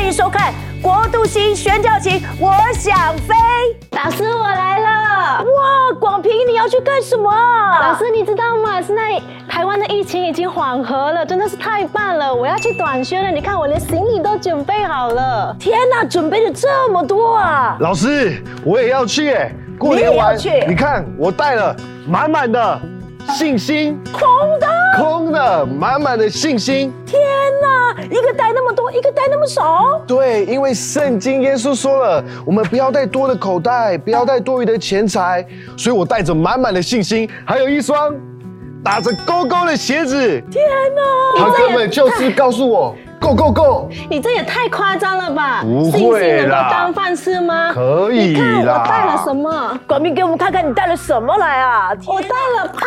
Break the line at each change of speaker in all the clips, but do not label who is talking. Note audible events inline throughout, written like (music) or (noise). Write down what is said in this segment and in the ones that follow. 迎收看《国度星宣教情》，我想飞。
老师，我来了。
哇，广平，你要去干什么？
老师，你知道吗？现在台湾的疫情已经缓和了，真的是太棒了！我要去短宣了，你看我连行李都准备好了。
天哪，准备了这么多啊！
老师，我也要去哎，过年玩
你也要去
你看我带了满满的信心，
空的，
空的满满的信心。
天哪，一个带那么多，一个带那么少。
对，因为圣经耶稣说了，我们不要带多的口袋，不要带多余的钱财，所以我带着满满的信心，还有一双打着勾勾的鞋子。
天哪，
他根本就是告诉我，Go Go Go！
你这也太夸张了吧？
不
信心
会
能够
啦
当饭吃吗？
可以
你看我
啦
带了什么？
广平，给我们看看你带了什么来啊？天
我带了泡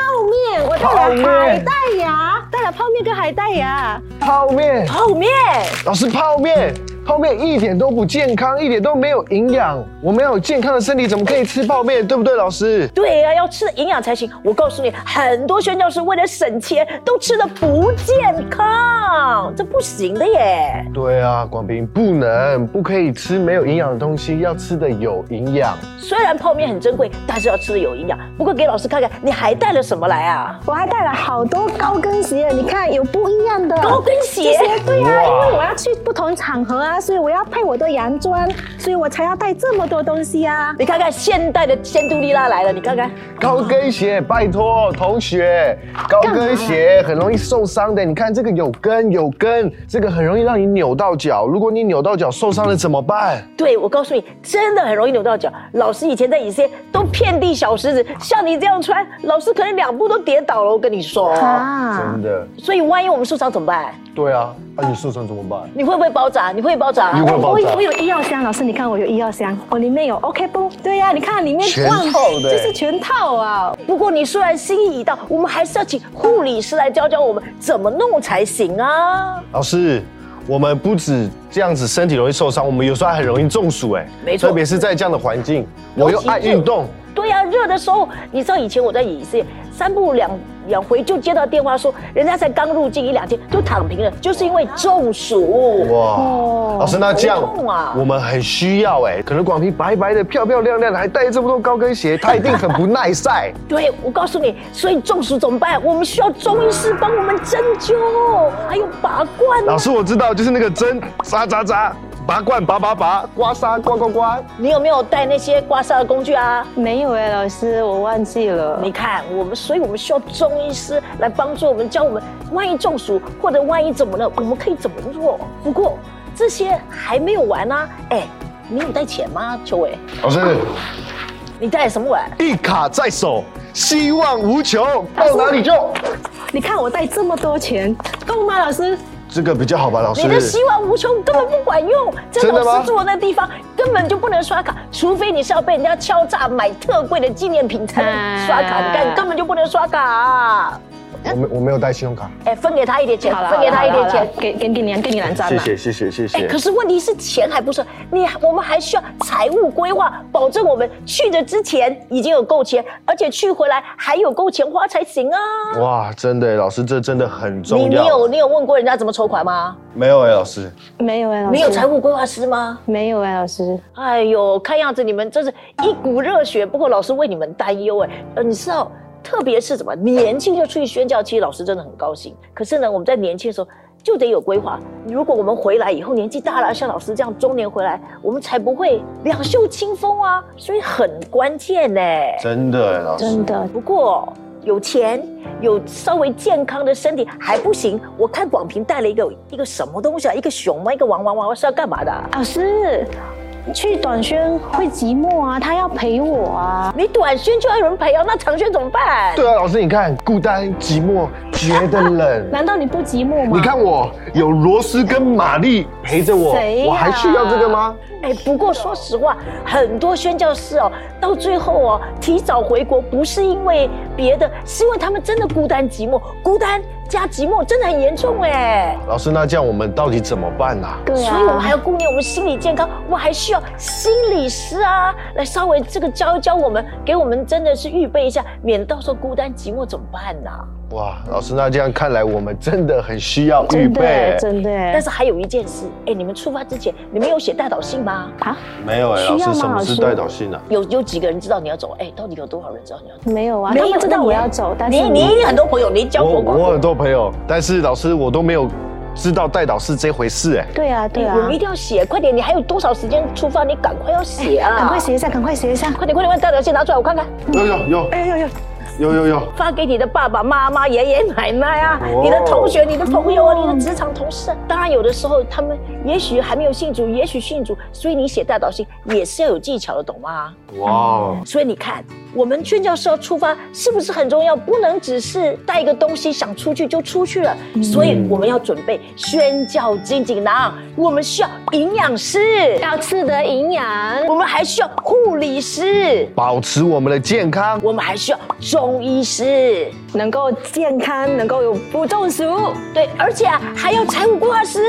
面，我
泡
带了
面
海带芽，带了泡面跟海带芽。
泡面，
泡面，
老师，泡面，泡面一点都不健康，一点都没有营养。我们要有健康的身体，怎么可以吃泡面？对不对，老师？
对呀、要吃营养才行。我告诉你，很多宣教师为了省钱，都吃的不健康，这不行的耶。
对啊，广平不能不可以吃没有营养的东西，要吃的有营养。
虽然泡面很珍贵，但是要吃的有营养。不过给老师看看，你还带了什么来啊？
我还带了好多高跟鞋，你看有不一样的
哦高跟鞋
这些对
哇
啊，因为我要去不同场合啊，所以我要配我的洋装，所以我才要带这么多东西啊。
你看看现代的仙杜丽拉来了，你看看，
高跟鞋，拜托同学，高跟鞋很容易受伤的。你看这个有跟有跟，这个很容易让你扭到脚。如果你扭到脚受伤了怎么办？
对我告诉你，真的很容易扭到脚。老师以前在以色列都遍地小石子，像你这样穿，老师可能两步都跌倒了。我跟你说，
啊
真，的，
所以万一我们受伤怎么办？
对啊，那、你受伤怎么办？
你会不会包扎？你会包扎？
你会不会
我
爆炸
有我有医药箱，老师你看我有医药箱，我里面有 OK 绷，对啊呀、你看里面
全套的
这是全套啊。
不过你虽然心意已到，我们还是要请护理师来教教我们怎么弄才行啊。
老师，我们不止这样子身体容易受伤，我们有时候还很容易中暑哎。
没错
特别是在这样的环境，我又爱运动。
对呀、热的时候，你知道以前我在以色列三步两两回就接到电话说，人家才刚入境一两天就躺平了，就是因为中暑。哦
哇，老师，那这样
头痛啊
我们很需要哎，可能广平白白的、漂漂亮亮的，还带这么多高跟鞋，他一定很不耐
(laughs)
晒。
对，我告诉你，所以中暑怎么办？我们需要中医师帮我们针灸，哎还有拔罐、
老师，我知道，就是那个针扎扎扎，拔罐拔拔拔，刮痧刮刮刮。
你有没有带那些刮痧的工具啊？
没有哎，老师我忘记了
你看，我们，所以我们需要中医师来帮助我们，教我们，万一中暑或者万一怎么了，我们可以怎么做？不过这些还没有完呢、哎，你有带钱吗，邱伟？
老师，
你带什么碗？
一卡在手，希望无穷，到哪里就。
你看我带这么多钱，够吗，老师？
这个比较好吧，老师
你。的希望无穷，根本不管用。在
真的
老
吗
师住的那地方根本就不能刷卡，除非你是要被人家敲诈买特贵的纪念品才能刷卡。
啊
你看，根本就不能刷卡。啊
我没我没有带信用卡。
哎，分给他一点钱
好，了，
分给他一点
好了
钱
好。了给给你两给你两张吧。
谢谢谢
啊哎，可。是问题是钱还不是，你我们还需要财务规划，保证我们去的之前已经有够钱，而且去回来还有够钱花才行啊。
哇，真的耶，老师，这真的很
你
重
你
要。
有你有问过人家怎么筹款吗？
没有哎，老师，
没有哎，
嗯
老师
你有财务规划师吗？
没有哎，老师。
哎呦，看样子你们真是一股热血，不过老师为你们担忧哎。呃，你知道，特别是什么年轻就出去宣教，其实老师真的很高兴。可是呢，我们在年轻的时候就得有规划。如果我们回来以后年纪大了，像老师这样中年回来，我们才不会两袖清风啊。所以很关键呢。
真的耶，老师
真。的，
不过有钱有稍微健康的身体还不行。我看广平带了一个一个什么东西啊，一个熊吗？一个王王王是要干嘛的啊、
老师去短宣会寂寞啊，他要陪我啊。
你短宣就要有人陪哦，那长宣怎么办？
对啊，老师，你看，孤单寂寞，觉得
(laughs)
冷。
难道你不寂寞吗？
你看我有罗斯跟玛丽陪着我，
谁呀
我还需要这个吗？
哎，不过说实话，很多宣教士哦，到最后哦，提早回国不是因为别的，是因为他们真的孤单寂寞，孤单加寂寞真的很严重哎。
老师，那这样我们到底怎么办啊？
对啊，
所以我们还要顾念我们心理健康，我们还需要心理师啊，来稍微这个教一教我们，给我们真的是预备一下，免得到时候孤单寂寞怎么办呢、
哇，老师，那这样看来我们真的很需要预
真
备
的。真的，
但是还有一件事，哎，你们出发之前，你们有写代导信吗？
啊
没有哎、
需要吗
老师，什么
老
是
师
代导性啊？
有有几个人知道你要走？哎，到底有多少人知道你要走？
没有啊，
没有
他们知道
那
我
要
要走，但是
你你一定很多朋友，你交
我
过广
我
告
很。多朋友，但是老师我都没有知道代导是这回事哎、
对啊对
你
啊
我，们一定要写，快点！你还有多少时间出发？你赶快要写啊！
赶快！写一下，赶快写一下。
快点，快点，把代表信拿出来，我看看。
有有有
哎呦呦呦，
有有有，
发给你的爸爸妈妈、爷爷奶奶啊，
哦
你的同学、你的朋友啊、
哦
你的职场同事啊。当然，有的时候他们也许还没有信主，也许信主，所以你写代祷信也是要有技巧的，懂吗？
哇！哦
所以你看，我们宣教师要出发是不是很重要？不能只是带一个东西想出去就出去了，所以我们要准备宣教金锦囊，我们需要营养师，
要吃得营养。
我们还需要护理师，
保持我们的健康，
我们还需要中医师。
能够健康，能够有不中暑。
对，而且啊还要财务规划师。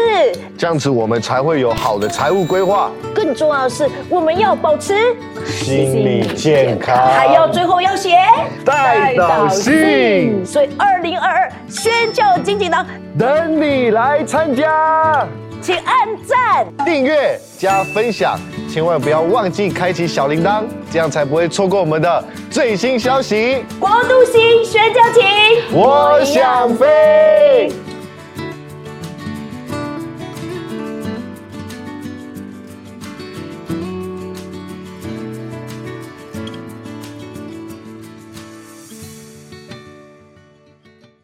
这样子我们才会有好的财务规划，
更重要的是，我们要保持，
心
理
健康，
还要最后要写。
代导性，
所以，二零二二宣教金锦囊，
等你来参加。
请按赞。
订阅加分享，千万不要忘记开启小铃铛，这样才不会错过我们的最新消息。
国度新宣教情，
我想飞。